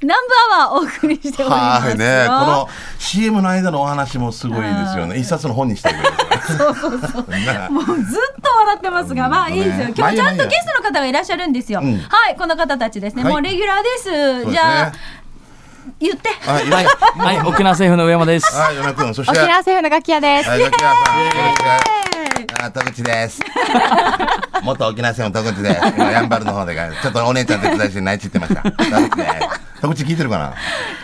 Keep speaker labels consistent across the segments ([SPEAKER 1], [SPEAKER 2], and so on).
[SPEAKER 1] ナンバーはお送りしております
[SPEAKER 2] はいね、この CM の間のお話もすごいですよね。一冊の本にしてくれる
[SPEAKER 1] そうそうそう。もうずっと笑ってますが、まあいいですよ。今日ちゃんとゲストの方がいらっしゃるんですよ。
[SPEAKER 2] ん
[SPEAKER 1] はい、この方たちですね。
[SPEAKER 2] はい
[SPEAKER 1] もうレギュラーです。
[SPEAKER 2] そうですね
[SPEAKER 1] じゃあ、言って。
[SPEAKER 2] はい、いら
[SPEAKER 3] は
[SPEAKER 2] っ
[SPEAKER 3] い、
[SPEAKER 2] しゃ
[SPEAKER 3] はい、奥名政府の上山です。
[SPEAKER 2] はい、米君、そし
[SPEAKER 4] 沖
[SPEAKER 2] て、
[SPEAKER 4] 縄政府の楽器屋です。
[SPEAKER 2] はい、沖縄さん、よろしく。あ、戸口 です。元沖縄戦の戸口です。今ヤンバルの方で、ちょっとお姉ちゃん手伝いして泣いちってました。戸口です。戸口聞いてるかな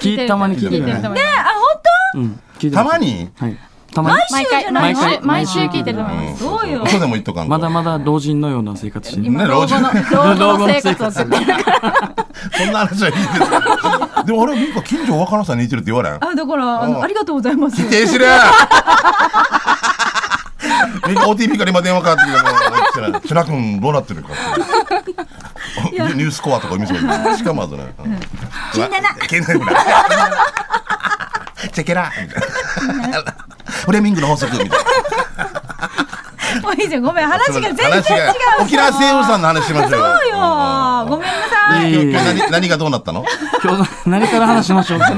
[SPEAKER 3] 聞いたまに聞いてる。
[SPEAKER 1] ねえ、あ、本
[SPEAKER 3] うん、聞いて
[SPEAKER 2] た
[SPEAKER 3] ます
[SPEAKER 2] ま。に
[SPEAKER 3] はい。たまに。
[SPEAKER 1] 当毎週じゃない
[SPEAKER 4] 毎
[SPEAKER 1] の
[SPEAKER 4] 回毎週
[SPEAKER 3] 毎週
[SPEAKER 4] 聞いてると思います。
[SPEAKER 2] ん
[SPEAKER 1] そうよ
[SPEAKER 2] 嘘でも言っとかんと
[SPEAKER 3] まだまだ老人のような生活してる。
[SPEAKER 2] ね、老人。
[SPEAKER 4] 老後の生活を送ってる
[SPEAKER 2] そんな話はいいですよ。でもあれ、なんか近所若菜さん似てるって言わない
[SPEAKER 1] 当あ、だから、あ
[SPEAKER 2] う
[SPEAKER 1] の、
[SPEAKER 2] ん
[SPEAKER 1] ありがとうございます。
[SPEAKER 2] 否定しろよみんな OTP から今電話かかってきたけど、ちな君どうなってるかって。ニュースコアとか見せてくれるしかまずね。気になら気になチェケラみたいな。フレミングの法則みたいな。
[SPEAKER 1] もういいじゃん。ごめん、話が全然違う
[SPEAKER 2] 話。が沖縄西洋さんの話しましょう
[SPEAKER 1] そ
[SPEAKER 2] よ。
[SPEAKER 1] うよ。ごめんなさい。
[SPEAKER 3] いえいえ
[SPEAKER 2] 今日何何がどうなったの
[SPEAKER 3] 今日、何から話しましょうか。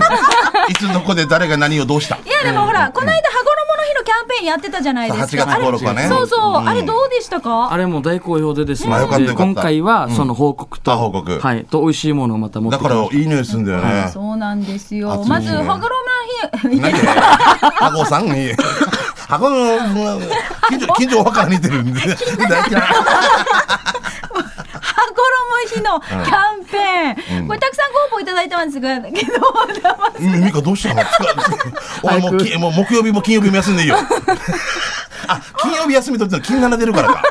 [SPEAKER 2] いつどこで誰が何をどうした
[SPEAKER 1] いや、でもほら、この間、羽衣の日のキャンペーンやってたじゃないで
[SPEAKER 2] ?8
[SPEAKER 1] すか。
[SPEAKER 2] 月頃かね。
[SPEAKER 1] そうそう。
[SPEAKER 2] ん
[SPEAKER 1] あれどうでした
[SPEAKER 3] あ
[SPEAKER 1] か
[SPEAKER 3] れも大好評でです
[SPEAKER 2] まあよかった
[SPEAKER 3] ね。
[SPEAKER 2] よか
[SPEAKER 3] で
[SPEAKER 2] った
[SPEAKER 3] 今回は、その報告
[SPEAKER 2] あ
[SPEAKER 3] と、
[SPEAKER 2] 報告
[SPEAKER 3] はい、と美味しいものをまた持って
[SPEAKER 2] だ
[SPEAKER 3] き
[SPEAKER 2] か
[SPEAKER 3] ま
[SPEAKER 2] ら
[SPEAKER 3] し
[SPEAKER 2] いい匂いするんだよね。
[SPEAKER 1] そうなんです
[SPEAKER 2] 暑い
[SPEAKER 1] よ。
[SPEAKER 2] ね
[SPEAKER 1] まず、羽衣の日、
[SPEAKER 2] 何箱さんに箱の近所近所分から似てるんで大嫌 い
[SPEAKER 1] 羽衣日のキャンペーン、
[SPEAKER 2] うん
[SPEAKER 1] これたくさんご応募いただいたんですがけど
[SPEAKER 2] うんミカど うしたの俺もうきもう木曜日も金曜日も休んでいいよあ金曜日休み取っての金7出るからか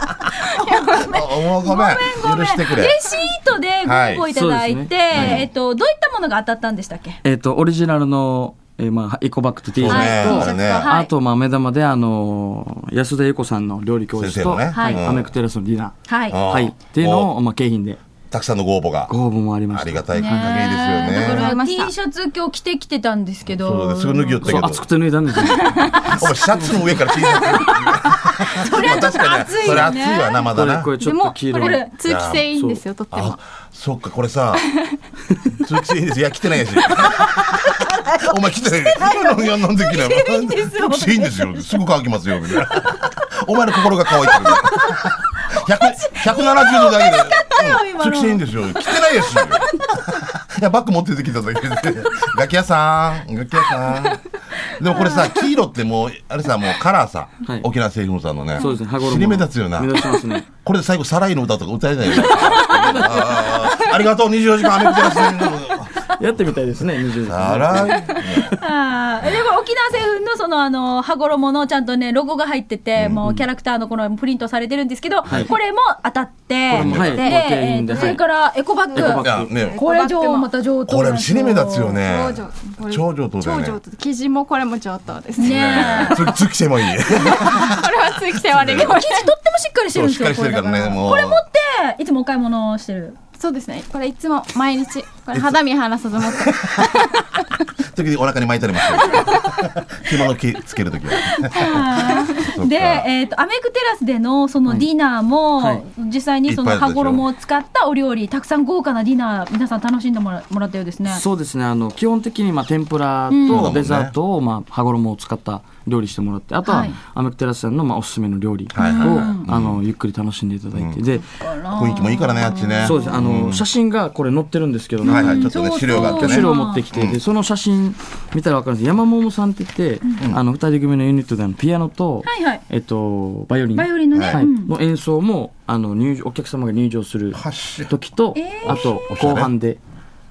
[SPEAKER 2] あもうごめん
[SPEAKER 1] ごめ
[SPEAKER 2] 許
[SPEAKER 1] ん
[SPEAKER 2] してくれ
[SPEAKER 1] レシートでご応募いただいて、
[SPEAKER 3] はいそうですね
[SPEAKER 1] えっと、どういったものが当たったんでしたっけ
[SPEAKER 3] た。えっと、オリジナルの、えーまあ、エコバッグと T シ
[SPEAKER 2] そうね
[SPEAKER 3] ャツと、
[SPEAKER 2] あれね
[SPEAKER 1] はい
[SPEAKER 3] あと、まあ、目玉で、あのー、安田優子さんの料理教室
[SPEAKER 2] 先生
[SPEAKER 3] と、
[SPEAKER 2] のね
[SPEAKER 3] はい
[SPEAKER 2] はい
[SPEAKER 3] アメクテラスのディナ
[SPEAKER 1] はい、
[SPEAKER 2] あ
[SPEAKER 3] ー、
[SPEAKER 2] ー
[SPEAKER 3] はい、っていうのを、まあ、景品で、
[SPEAKER 2] たくさんのご応募が
[SPEAKER 3] ご応募もありま
[SPEAKER 2] あ
[SPEAKER 3] し
[SPEAKER 2] り
[SPEAKER 3] た。
[SPEAKER 2] がたい限りです
[SPEAKER 1] だ
[SPEAKER 2] よ
[SPEAKER 1] か
[SPEAKER 2] ね
[SPEAKER 4] ね
[SPEAKER 1] ら T シャツ今日着てきてたんですけ
[SPEAKER 2] そう
[SPEAKER 1] ど
[SPEAKER 2] だすぐ脱ぎよったけ
[SPEAKER 3] そ
[SPEAKER 2] ど
[SPEAKER 3] う、暑くて脱いだんですよ。
[SPEAKER 2] お前シャツの上から T シャツ
[SPEAKER 1] それはちょっと暑い
[SPEAKER 2] それ
[SPEAKER 1] よ
[SPEAKER 2] 暑い
[SPEAKER 1] ね
[SPEAKER 2] わなま
[SPEAKER 3] こ
[SPEAKER 2] だ
[SPEAKER 3] れ、
[SPEAKER 2] な
[SPEAKER 3] これち
[SPEAKER 4] で
[SPEAKER 3] ょっと
[SPEAKER 4] も、
[SPEAKER 3] 黄
[SPEAKER 4] こ
[SPEAKER 3] 色い。
[SPEAKER 4] れ、通気性いいんですよ、とっても
[SPEAKER 2] あ。、そっか、これ さ、通気性いいです。いや、来て ないし。お前来てない。いや、なんで来ないの通気性いいんですよ。すぐ乾きますよ。みたいな。お前の心が 乾いてる。100 170度だけで、
[SPEAKER 1] 今の
[SPEAKER 2] 通気性いいんですよ。来てないし。いや、バッグ持っててきただけで。ガキ屋さん、ガキ屋さん。でもこれさ、黄色ってもう、あれさ、もうカラーさ、
[SPEAKER 3] はい
[SPEAKER 2] 沖縄製粉さんのね、
[SPEAKER 3] そうですね、羽衣の
[SPEAKER 2] 尻目立つよな。
[SPEAKER 3] 目立ちます ね。
[SPEAKER 2] これで最後、サライの歌とか歌えないよね。あーありがとう、24時間雨降ってらっしゃる。
[SPEAKER 3] やってみたいですね、20
[SPEAKER 2] サ
[SPEAKER 3] 代。
[SPEAKER 2] ライ。
[SPEAKER 1] あーでこれ沖縄製粉のそのあの羽衣のちゃんとねロゴが入ってて、もうキャラクターのこのプリントされてるんですけど、
[SPEAKER 3] い
[SPEAKER 1] これも当たって
[SPEAKER 3] これもはい
[SPEAKER 1] で
[SPEAKER 3] ご景品で
[SPEAKER 1] えーとそれからエコバッグ、
[SPEAKER 3] エコバッ
[SPEAKER 2] いや、ね、
[SPEAKER 1] これ上また上等
[SPEAKER 2] こ
[SPEAKER 1] なん
[SPEAKER 2] れ、
[SPEAKER 1] ですよ
[SPEAKER 2] 尻目立つよね
[SPEAKER 4] 長女。これ
[SPEAKER 2] 長女とだよ
[SPEAKER 4] 長
[SPEAKER 2] ね。
[SPEAKER 4] 女と、生地もこれも上等です
[SPEAKER 1] ね
[SPEAKER 4] ね。
[SPEAKER 2] ねつつきせもいい。
[SPEAKER 4] これは通気性悪いけど
[SPEAKER 1] 生。地とってもしっかりして
[SPEAKER 2] そ
[SPEAKER 1] るん
[SPEAKER 2] う、
[SPEAKER 1] で
[SPEAKER 2] しっ
[SPEAKER 1] す
[SPEAKER 2] か
[SPEAKER 1] よ
[SPEAKER 2] りしてるから
[SPEAKER 1] これだ
[SPEAKER 2] ね、もう。
[SPEAKER 1] これ持っていつもお買い物をして る
[SPEAKER 4] そうですね。これいつも毎日、これ肌身離さず持って。
[SPEAKER 2] 時々お腹に巻いたりもしてる。着物着つけるときは。そっか
[SPEAKER 1] で、えー、とアメクテラスでのそのディナーも、
[SPEAKER 3] はい
[SPEAKER 1] 実際にそ
[SPEAKER 2] い
[SPEAKER 1] の
[SPEAKER 2] っぱい
[SPEAKER 1] 羽
[SPEAKER 2] あるでしょ
[SPEAKER 1] 衣を使ったお料理たくさん豪華なディナー皆さん楽しんでもらもらったようですね
[SPEAKER 3] そうですね、あの基本的にまあ天ぷらとデザートをまあ羽衣を使った料理してもらって、あとは
[SPEAKER 1] はい
[SPEAKER 3] アメクテラスさんのまあおすすめの料理を
[SPEAKER 2] はいはいはい
[SPEAKER 3] あのゆっくり楽しんでいただいて、で、
[SPEAKER 2] 雰囲気もいいからね、あっちね。
[SPEAKER 3] そうです、あの写真がこれ載ってるんですけど、
[SPEAKER 2] はいは
[SPEAKER 3] ね
[SPEAKER 2] い、ちょっとね、資料があってね。
[SPEAKER 3] 資料を持ってきて、でその写真見たらわかるんです。山桃さんって言って、あの二人組のユニットであのピアノと、
[SPEAKER 1] はいはい
[SPEAKER 3] えっとバイオリン、
[SPEAKER 1] バイオリンのね、
[SPEAKER 3] はい
[SPEAKER 1] うん
[SPEAKER 3] の演奏もあの入場お客様が入場する
[SPEAKER 2] はっしゃ
[SPEAKER 3] 時と、あと後半で、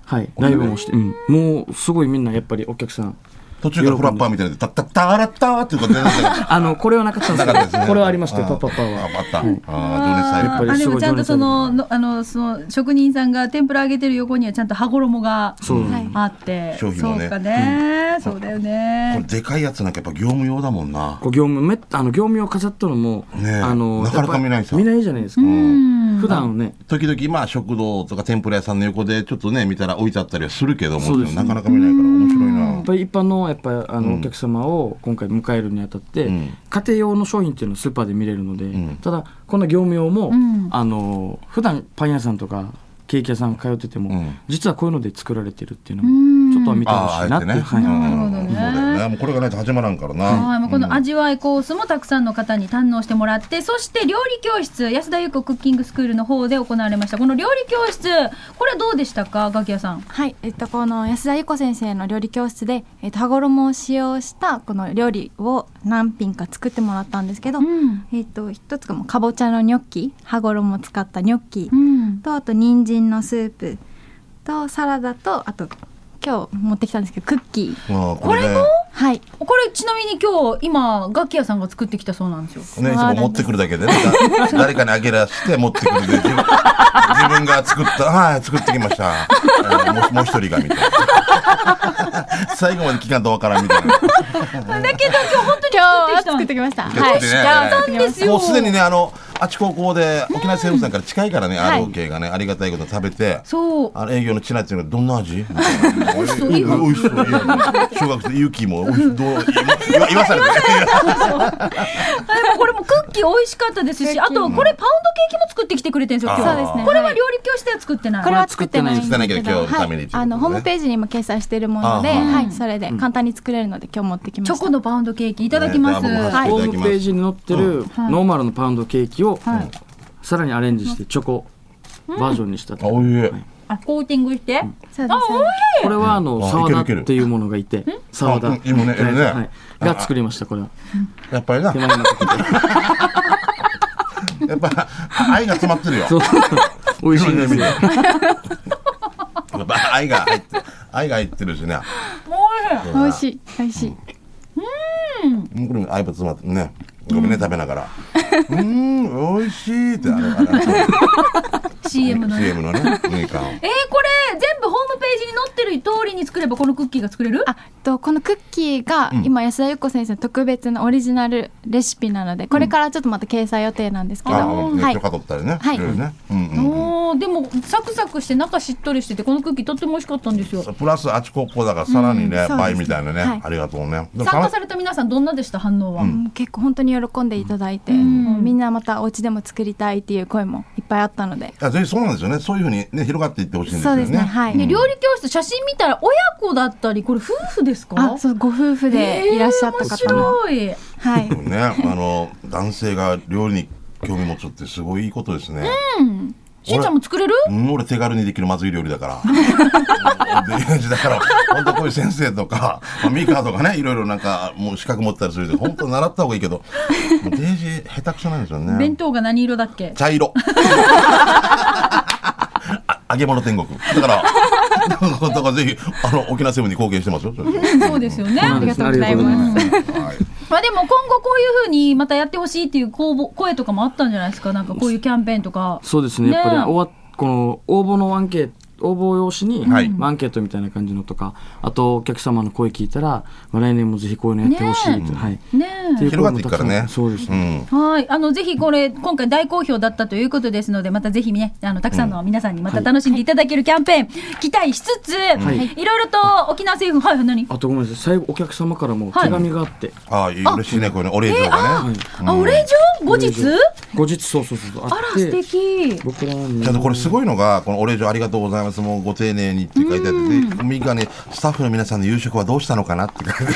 [SPEAKER 3] はい、ライブもして、うん、もうすごいみんなやっぱりお客さん
[SPEAKER 2] 途中からフラッパーみたいなので、タッタッターラッターっていうことで、あ
[SPEAKER 3] あのこれはなかったんですけど、これはありましたよパパパは
[SPEAKER 2] あった。ああ、情熱ある
[SPEAKER 3] やっぱり
[SPEAKER 1] あです
[SPEAKER 3] ご
[SPEAKER 1] も
[SPEAKER 3] い
[SPEAKER 1] ちゃんとその
[SPEAKER 3] 情
[SPEAKER 1] のあのその職人さんが天ぷら揚げてる横にはちゃんと羽衣が
[SPEAKER 3] そう、
[SPEAKER 1] あって、
[SPEAKER 2] 商品もね
[SPEAKER 1] そうかね、そうだよ
[SPEAKER 2] こ
[SPEAKER 1] ね
[SPEAKER 2] れでかいやつなんかやっぱ業務用だもんな。
[SPEAKER 3] こう業務めあの業務用飾ったのも、
[SPEAKER 2] ねえ
[SPEAKER 3] あの
[SPEAKER 2] なかなか
[SPEAKER 3] やっぱ
[SPEAKER 2] 見ないさ
[SPEAKER 3] 見ないじゃないですか、普段はね
[SPEAKER 2] 時々まあ食堂とか天ぷら屋さんの横でちょっとね見たら置いてあったりはするけども、
[SPEAKER 3] そうですね
[SPEAKER 2] なかなか見ないから面白い
[SPEAKER 3] や
[SPEAKER 2] な
[SPEAKER 3] っぱり一般のやっぱあのお客様を今回迎えるにあたって、家庭用の商品っていうのはスーパーで見れるので、ただこの業務用も、あの普段パン屋さんとかケーキ屋さん通ってても、
[SPEAKER 2] うん
[SPEAKER 3] 実はこういうので作られてるっていうのもちょっとは見てほ
[SPEAKER 2] あ
[SPEAKER 3] し
[SPEAKER 2] あ、
[SPEAKER 3] い
[SPEAKER 2] あ
[SPEAKER 3] な
[SPEAKER 2] え
[SPEAKER 3] ってて
[SPEAKER 2] ね。
[SPEAKER 3] はい
[SPEAKER 2] うん
[SPEAKER 1] なるほどね
[SPEAKER 2] そうだよね。もうこれがないと始まらんから
[SPEAKER 1] は
[SPEAKER 2] な。
[SPEAKER 1] い、もうこの味わいコースもたくさんの方に堪能してもらって、そして料理教室、安田優子クッキングスクールの方で行われました。この料理教室、これどうでしたか、ガキヤさん。
[SPEAKER 4] はい、えっと、この安田由子先生の料理教室で、えっと、羽衣を使用したこの料理を何品か作ってもらったんですけど、
[SPEAKER 1] ん、
[SPEAKER 4] えっと、一つがもうかぼちゃのニョッキ羽衣を使ったニョッキ
[SPEAKER 1] うん、
[SPEAKER 4] とあと人参のスープとサラダとあと今日持ってきたんですけどクッキー
[SPEAKER 2] ああこれね
[SPEAKER 4] はい
[SPEAKER 1] これちなみに今日、今、ガキヤさんが作ってきたそうなんですよ。
[SPEAKER 2] ね、いつも持ってくるだけでね、だ誰かにあげらして持ってくるで、自分自分が作った、はい、作ってきました。えーもうもう一人が、みたいな。最後まで聞かんとわからんみたいな。
[SPEAKER 1] だけど今日本当に
[SPEAKER 4] 今日は
[SPEAKER 1] 作
[SPEAKER 4] 作
[SPEAKER 1] っ
[SPEAKER 4] ってて
[SPEAKER 1] き
[SPEAKER 4] きました
[SPEAKER 2] 作
[SPEAKER 4] は
[SPEAKER 2] っ
[SPEAKER 4] い
[SPEAKER 2] てね
[SPEAKER 4] 作ってきま
[SPEAKER 1] たん
[SPEAKER 4] し
[SPEAKER 1] ですよ。
[SPEAKER 2] もうすでにね、あの、あちここで、沖縄西部さんから近いからね、
[SPEAKER 4] はい
[SPEAKER 2] ROK がね、ありがたいこと食べて、
[SPEAKER 1] そう。
[SPEAKER 2] あの営業のチナっていうのはどんな味みたいな
[SPEAKER 1] 美味しそう
[SPEAKER 2] うん
[SPEAKER 1] いいわ
[SPEAKER 2] 美味しそう。いいわ小学生、勇気も、おいしどう、言わ言わされて。
[SPEAKER 1] でもこれもクッキー美味しかったですし、
[SPEAKER 4] クッ
[SPEAKER 1] あ
[SPEAKER 4] キーも
[SPEAKER 1] とこれパウンドケーキも作ってきてくれてるんですよ、
[SPEAKER 2] あー
[SPEAKER 1] 今
[SPEAKER 4] そうです
[SPEAKER 1] 日。
[SPEAKER 4] ね
[SPEAKER 1] これは
[SPEAKER 4] はい
[SPEAKER 1] 料理教室では作ってない。
[SPEAKER 4] これは作ってないんです
[SPEAKER 2] 作ってないけど今日のために
[SPEAKER 4] はい、あの
[SPEAKER 2] と
[SPEAKER 4] ホ
[SPEAKER 2] いうことでね
[SPEAKER 4] ームページにも掲載しているもので、
[SPEAKER 2] あー
[SPEAKER 4] はい、それで簡単に作れるので今日持ってきまし
[SPEAKER 1] チ
[SPEAKER 4] た
[SPEAKER 1] ョコのパウンドケーキいただきます。
[SPEAKER 2] ね
[SPEAKER 1] はい
[SPEAKER 2] いた
[SPEAKER 3] ホ
[SPEAKER 2] だきま
[SPEAKER 3] ー
[SPEAKER 2] す
[SPEAKER 3] ムページに載ってるノーマルのパウンドケーキ
[SPEAKER 1] はい
[SPEAKER 3] を、さらにアレンジしてチョコバージョンにしたと、
[SPEAKER 2] あ、おいしい。
[SPEAKER 1] あ、コーティングして。
[SPEAKER 4] そ
[SPEAKER 1] あ、
[SPEAKER 4] うです
[SPEAKER 1] 美味しい。
[SPEAKER 3] これはあの
[SPEAKER 2] あ
[SPEAKER 3] 沢
[SPEAKER 2] いけ
[SPEAKER 3] 田
[SPEAKER 2] るいける
[SPEAKER 3] っていうものがいて沢
[SPEAKER 2] あ
[SPEAKER 3] 田
[SPEAKER 2] うんいいもんねいいもんね
[SPEAKER 3] はいが作りましたこれは
[SPEAKER 2] やっぱりな
[SPEAKER 3] 手。前のところで
[SPEAKER 2] やっぱ愛が詰まってるよ。
[SPEAKER 3] そう美味しいですよ
[SPEAKER 2] やっぱ愛が入って、愛が入ってるしね。
[SPEAKER 1] おい。
[SPEAKER 4] 美味しい美味しい、
[SPEAKER 2] もうこれも愛が詰まってるね。ごめんね、食べながら。うーん、美味しいって、あれ、あれ、
[SPEAKER 1] CM のね。
[SPEAKER 2] CM のね、メ
[SPEAKER 1] え
[SPEAKER 2] ーカーを
[SPEAKER 1] ー、これ全部ホームページに載ってる通りに作ればこのクッキーが作れる
[SPEAKER 4] あとこのクッキーが
[SPEAKER 2] ん
[SPEAKER 4] 今安田ゆっ子先生の特別のオリジナルレシピなのでこれからちょっとまた掲載予定なんですけど、
[SPEAKER 2] あのね
[SPEAKER 4] はい
[SPEAKER 2] 許可取ったりね。
[SPEAKER 4] はい
[SPEAKER 2] ろろね。うんうんうん。
[SPEAKER 1] おーでもサクサクして中しっとりしててこのクッキーとっても美味しかったんですよ
[SPEAKER 2] プラスあちこちだからさらにね
[SPEAKER 4] うんそうですね
[SPEAKER 2] 倍みたいなね
[SPEAKER 4] はい
[SPEAKER 2] ありがとうね。でも
[SPEAKER 1] 参加された皆さんどんなでした反応は、
[SPEAKER 4] うん結構本当に喜んでいただいて、もうみんなまたお家でも作りたいっていう声もいっぱいあったので、
[SPEAKER 2] あぜひそうなんですよね。そういうふうにね広がっていってほしいんです
[SPEAKER 4] そ
[SPEAKER 2] よ
[SPEAKER 4] う
[SPEAKER 2] ね。
[SPEAKER 4] ですねはい、
[SPEAKER 1] で料理教室写真見たら親子だったりこれ夫婦ですか
[SPEAKER 4] あそうご夫婦でいらっしゃった方も、
[SPEAKER 1] えー面白い
[SPEAKER 4] はい
[SPEAKER 2] でもね、あの男性が料理に興味持つってすごいいいことですね。
[SPEAKER 1] しんちゃんも作れる
[SPEAKER 2] うん、俺手軽にできるまずい料理だ から。でだから、本当こういう先生とか、まあミカとかね、いろいろなんか、もう資格持ったりするけど、本当習った方がいいけど、もうデージー下手くそなんですよ
[SPEAKER 1] 弁
[SPEAKER 2] ね。
[SPEAKER 1] 当が何色だっけ
[SPEAKER 2] 茶色。 あ揚げ物天国。だから、 だからぜひ、あの、沖縄セブンに貢献してますよ。それ
[SPEAKER 1] そうですよね
[SPEAKER 3] そうなんですねありがとうございます
[SPEAKER 2] はい
[SPEAKER 1] まあでも今後こういうふうにまたやってほしいっていう公募声とかもあったんじゃないですかなんかこういうキャンペーンとか
[SPEAKER 3] そうですね、やっぱり
[SPEAKER 1] ねえ
[SPEAKER 3] 終わこの応募のアンケート、応募用紙に、
[SPEAKER 2] はい
[SPEAKER 3] まあアンケートみたいな感じのとか、あとお客様の声聞いたら、まあ、来年もぜひこういうのやってほしいって、はい。
[SPEAKER 1] ねえ
[SPEAKER 3] っていう
[SPEAKER 2] 広がっていくからね。
[SPEAKER 3] そうですね。
[SPEAKER 2] ね。
[SPEAKER 1] はい、あのぜひこれ今回大好評だったということですので、またぜひね、あのたくさんの皆さんにまた楽しんでいただけるキャンペーン、期待しつつ、、
[SPEAKER 3] はいい
[SPEAKER 1] ろいろと沖縄政府はい何？
[SPEAKER 3] あとごめんなさい、最後お客様からも
[SPEAKER 1] はい
[SPEAKER 3] 手紙があって、
[SPEAKER 2] うん。ああ、いい嬉しいね、こういうの、お礼状がね。
[SPEAKER 1] あ、お礼状後日？
[SPEAKER 3] 後日そうそうそうそう
[SPEAKER 1] あ
[SPEAKER 3] あ
[SPEAKER 1] ら
[SPEAKER 3] っ
[SPEAKER 1] 素
[SPEAKER 3] て、
[SPEAKER 1] 敵。
[SPEAKER 3] 僕らに
[SPEAKER 2] ちゃんとこれすごいのが、このお礼状ありがとうございます、もうご丁寧にって書いてあって、で右側にスタッフの皆さんの夕食はどうしたのかなって書いて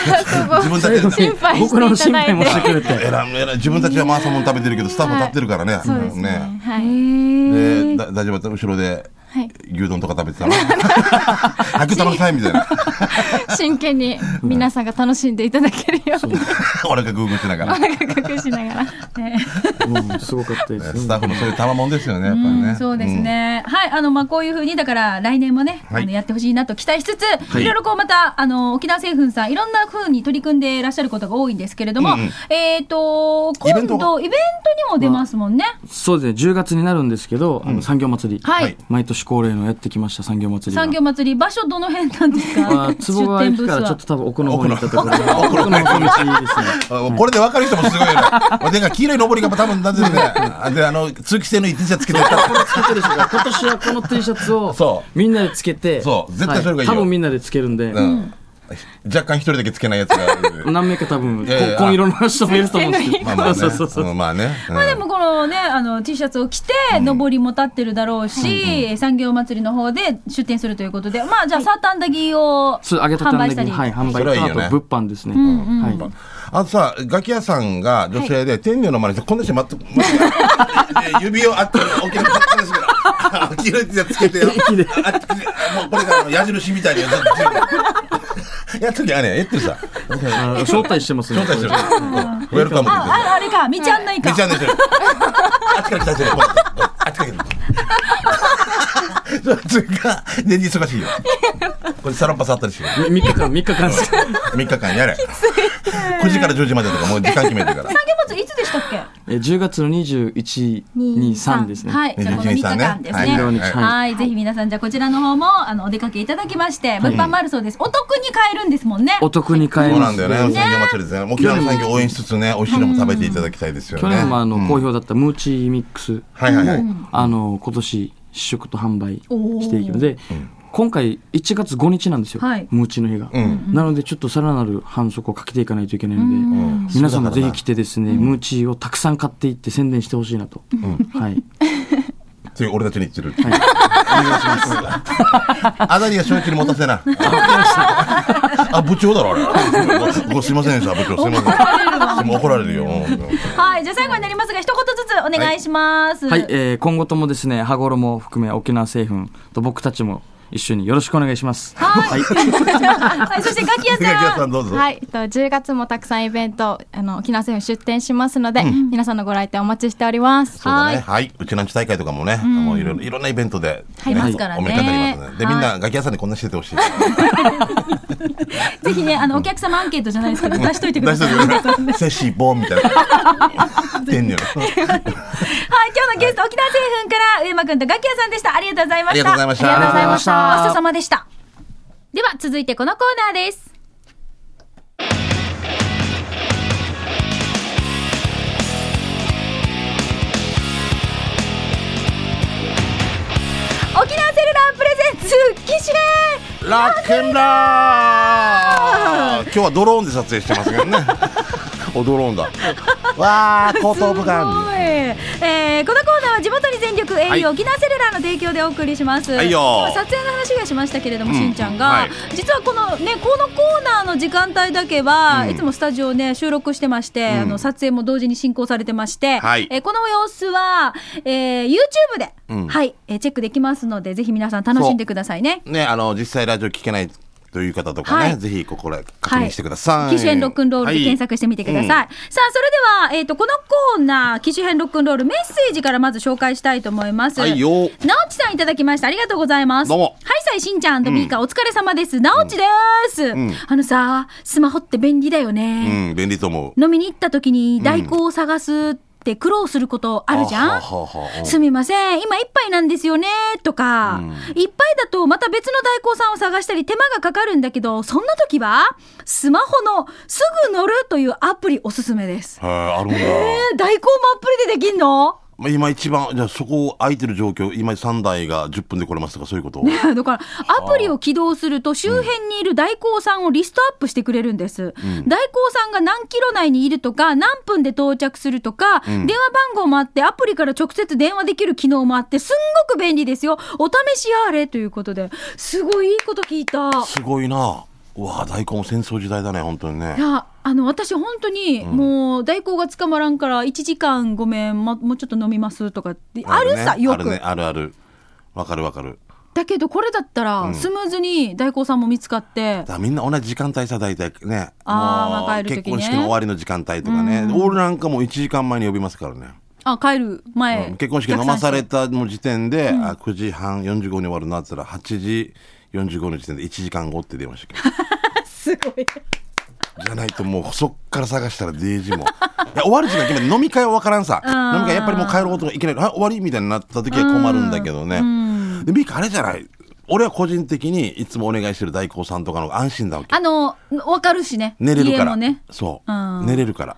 [SPEAKER 2] あって、自分た
[SPEAKER 3] 最後
[SPEAKER 2] ちで。
[SPEAKER 4] 心配していただいて
[SPEAKER 3] 僕らの心配もしてくれて、
[SPEAKER 2] えらえら自分たちはマーサモン食べてるけど、スタッフ立ってるからね。
[SPEAKER 4] そうですね
[SPEAKER 2] ね
[SPEAKER 4] はい、
[SPEAKER 2] でだ大丈夫だった後ろで
[SPEAKER 4] はい、
[SPEAKER 2] 牛丼とか食べてたら、あけたのさいみたいな。
[SPEAKER 4] 真剣に皆さんが楽しんでいただけるように
[SPEAKER 2] 俺がグーグーしながら。ね
[SPEAKER 4] 隠しながら
[SPEAKER 3] うん、すごかったです
[SPEAKER 2] ス
[SPEAKER 3] ね。
[SPEAKER 2] タッフのそういうたまもんですよね、やっぱり
[SPEAKER 1] うん
[SPEAKER 2] ね。
[SPEAKER 1] そうですね、はいあのまあこういうふうにだから来年もね、
[SPEAKER 2] はい
[SPEAKER 1] あのやってほしいなと期待しつつ、い、
[SPEAKER 2] い
[SPEAKER 1] ろいろこうまたあの沖縄製粉さんいろんなふうに取り組んでいらっしゃることが多いんですけれども、
[SPEAKER 2] うんうん
[SPEAKER 1] えっ、と
[SPEAKER 2] イ
[SPEAKER 1] 今
[SPEAKER 2] ベント
[SPEAKER 1] 度
[SPEAKER 2] が
[SPEAKER 1] イベントにも出ますもんね、
[SPEAKER 3] そうですね、10月になるんですけど、あの産業祭り、
[SPEAKER 1] はい、
[SPEAKER 2] はい
[SPEAKER 3] 毎年恒例のやってきました産業祭りが。
[SPEAKER 1] 産業祭り場所どの辺なん です
[SPEAKER 3] あ
[SPEAKER 1] か
[SPEAKER 3] ー壺川駅からちょっと多分奥の方に行ったところ奥の方の道ですね
[SPEAKER 2] あこれで分かる人もすごいよね。 俺が黄色いのぼりが多分なんでね。あで、あの、通気性のいい T シャツ着てた。
[SPEAKER 3] これつけてる人が今年はこの T シャツを
[SPEAKER 2] そう
[SPEAKER 3] みんなでつけて
[SPEAKER 2] そう絶対それがいいよ
[SPEAKER 3] は多分みんなでつけるんで、
[SPEAKER 2] うん若干一人だけつけないやつがある
[SPEAKER 3] 何名か多分、
[SPEAKER 2] いやいや
[SPEAKER 3] こ紺色の人もいると思うんですけど。
[SPEAKER 2] まあまあね
[SPEAKER 3] そうそうそう。
[SPEAKER 2] うんまあね、うん
[SPEAKER 1] まあでもこのね、あの T シャツを着て、のぼりも立ってるだろうし、産業祭りの方で出店するということで、まあじゃあサーターアンダギーを
[SPEAKER 3] そう、揚げたて
[SPEAKER 1] 販売したり。
[SPEAKER 3] はい、販
[SPEAKER 2] そ
[SPEAKER 3] 売
[SPEAKER 2] れはいいよね
[SPEAKER 3] あと物販ですね。はい。
[SPEAKER 2] あとさガキ屋さんが女性で天女の真似してこんな人待って待って え指をあっと大きな感じですけどあ 黄色いやつつけてよ
[SPEAKER 3] いいね
[SPEAKER 2] あっつけてもうこれがあの矢印みたいにやつやっときゃねやってるさ
[SPEAKER 3] あの招待してますね。
[SPEAKER 2] 招待してるウェルカムって言って
[SPEAKER 1] あ、あれか、道案内
[SPEAKER 2] る
[SPEAKER 1] か。
[SPEAKER 2] 道案内してるあっちから来た人こうやってこうやってあっちから来た人それが年に忙しいよこれサロンパスあったりしてる
[SPEAKER 3] 3日間、3日間です。
[SPEAKER 2] 3日間やれ9時から10時までとかもう時間決めてから
[SPEAKER 1] 産業祭りいつでしたっけ
[SPEAKER 3] え10月の21、2、3ですね。
[SPEAKER 1] はい、じゃあこの3日間ですね。
[SPEAKER 2] はい
[SPEAKER 1] はい、
[SPEAKER 3] はい
[SPEAKER 1] ぜひ皆さん、じゃあこちらの方も、あの、お出かけいただきまして、物販もあるそうです。お得に買えるんですもんね。
[SPEAKER 3] お得に買え
[SPEAKER 2] そう
[SPEAKER 3] ま
[SPEAKER 2] なん
[SPEAKER 3] す
[SPEAKER 2] だよね。産業祭りですね。沖縄の産業を応援しつつね、美味しいのも食べていただきたいですよね。
[SPEAKER 3] 去年もあの、
[SPEAKER 2] うん
[SPEAKER 3] 好評だったムーチーミックスも、
[SPEAKER 2] はいはいはい
[SPEAKER 3] あの今年試食と販売しているので、今回1月5日なんですよ、
[SPEAKER 1] はい
[SPEAKER 3] ムーチーの日が、
[SPEAKER 2] ん
[SPEAKER 3] なのでちょっとさらなる反則をかけていかないといけないので、
[SPEAKER 2] ん
[SPEAKER 3] 皆さんもぜひ来てですね、ムーチーをたくさん買っていって宣伝してほしいなと、はい、
[SPEAKER 2] それ俺たちに言ってる。 あだりが正直に持たせな。あ、部長だろ、あれ。ごすいませんでした、部長。すいません。もう怒られるよ。
[SPEAKER 1] はい、じゃあ最後になりますが、一言ずつお願いします。
[SPEAKER 3] はいえー今後ともですね羽衣を含め沖縄製粉と僕たちも一緒によろしくお願いします。
[SPEAKER 1] はい はい、そしてガキ屋
[SPEAKER 2] ガキ屋
[SPEAKER 1] さ
[SPEAKER 2] さ
[SPEAKER 1] ん。
[SPEAKER 2] んどうぞ。
[SPEAKER 4] はい、えっと10月もたくさんイベントあの沖縄政府出店しますので、皆さんのご来店お待ちしております。
[SPEAKER 2] そうだね。はい。うちなんち大会とかもね、もういろいろいろんなイベントで。
[SPEAKER 1] 入りますから
[SPEAKER 2] お
[SPEAKER 1] ね
[SPEAKER 2] 目にかかりますね。で、みんなガキ屋さんにこんなしててほしい。
[SPEAKER 1] ぜひね、あの、お客様アンケートじゃないですけど、出しといてくだ
[SPEAKER 2] 大丈
[SPEAKER 1] さい。
[SPEAKER 2] 夫セシボンみたいな。天
[SPEAKER 1] はい、今日の
[SPEAKER 2] 女。
[SPEAKER 1] ゲスト、沖縄製粉から、上間くんとガキ屋さんでした。ありがとうございました。
[SPEAKER 2] ありがとうございました
[SPEAKER 1] ありがとうございまし
[SPEAKER 3] あ
[SPEAKER 1] た。ごち
[SPEAKER 3] りがとうございました
[SPEAKER 1] そうさまでした。では、続いてこのコーナーです。沖縄セルラープレゼンツ、岸ね
[SPEAKER 2] ラックンラー今日はドローンで撮影してますけ どねおドローンだわあ後頭部が
[SPEAKER 1] すごいえーこのコーナーは地元に全力 au、
[SPEAKER 2] はい
[SPEAKER 1] 沖縄セルラーの提供でお送りします、
[SPEAKER 2] はいよ
[SPEAKER 1] 今撮影の話がしましたけれども、
[SPEAKER 2] うん
[SPEAKER 1] しんちゃんが、
[SPEAKER 2] はい
[SPEAKER 1] 実はこのねこのコーナーの時間帯だけは、いつもスタジオね収録してまして、あの撮影も同時に進行されてまして、
[SPEAKER 2] はい
[SPEAKER 1] えーこの様子は、えー YouTube で、
[SPEAKER 2] うん
[SPEAKER 1] はい、えーチェックできますのでぜひ皆さん楽しんでくださいね
[SPEAKER 2] ねあの実際ラジオ聞けないという方とかね、
[SPEAKER 1] はい
[SPEAKER 2] ぜひここで確認してください、
[SPEAKER 1] 機種編ロックンロールで検索してみてください。
[SPEAKER 2] は
[SPEAKER 1] さあ、それでは、えっ、と、このコーナー、機種編ロックンロールメッセージからまず紹介したいと思います。
[SPEAKER 2] はいよ
[SPEAKER 1] なおちさんいただきました。ありがとうございます。
[SPEAKER 2] どうも
[SPEAKER 1] はい、さいしんちゃんとみーか、お疲れ様です。なおちです、
[SPEAKER 2] ん
[SPEAKER 1] あのさ、スマホって便利だよ
[SPEAKER 2] う
[SPEAKER 1] ね。
[SPEAKER 2] んうん便利と思う
[SPEAKER 1] 飲みに行った時に代行を探すって苦労することあるじゃん、
[SPEAKER 2] あはあはあはあ
[SPEAKER 1] すみません、今一杯なんですよね、とか、一杯だとまた別の代行さんを探したり手間がかかるんだけど、そんな時は、スマホのすぐ乗るというアプリおすすめです。
[SPEAKER 2] はいあるんだ、
[SPEAKER 1] えー、代行もアプリでできんの
[SPEAKER 2] まあ、今一番じゃあそこ空いてる状況今3台が10分で来れますとかそういうこと、
[SPEAKER 1] い やだからアプリを起動すると周辺にいる代行さんをリストアップしてくれるんです、代行さんが何キロ内にいるとか何分で到着するとか、電話番号もあってアプリから直接電話できる機能もあってすんごく便利ですよお試しあれということですごいいいこと聞いた
[SPEAKER 2] すごいなうわあ大根も戦争時代だね本当にね
[SPEAKER 1] いやあの私本当にもう代行が捕まらんから1時間ごめん、ま、もうちょっと飲みますとかってある
[SPEAKER 2] ね
[SPEAKER 1] さよ
[SPEAKER 2] あるね
[SPEAKER 1] く
[SPEAKER 2] あるあるわかるわかる
[SPEAKER 1] だけどこれだったらスムーズに代行さんも見つかって
[SPEAKER 2] だからみんな同じ時間帯さ大体ね
[SPEAKER 1] あー
[SPEAKER 2] もう
[SPEAKER 1] まあ帰る時ね
[SPEAKER 2] 結婚式の終わりの時間帯とかね、俺なんかも1時間前に呼びますからね、
[SPEAKER 1] あ帰る前、
[SPEAKER 2] うん結婚式飲まされ
[SPEAKER 1] て
[SPEAKER 2] たもう時点で、あ9時半45に終わるなって言ったら8時45の時点で1時間後って出ましたけど
[SPEAKER 1] すごい
[SPEAKER 2] じゃないともうそっから探したらデイジもいや終わる時間決めて飲み会は分からんさ飲み会やっぱりもう帰ろうとかいきなりあ終わりみたいになった時は困るんだけどね、でミカあれじゃない俺は個人的にいつもお願いしてる代行さんとかの方が安心だわけ
[SPEAKER 1] あのわかるしね
[SPEAKER 2] 寝れるか
[SPEAKER 1] 家
[SPEAKER 2] ら、
[SPEAKER 1] もね
[SPEAKER 2] そう、
[SPEAKER 1] うん
[SPEAKER 2] 寝れるから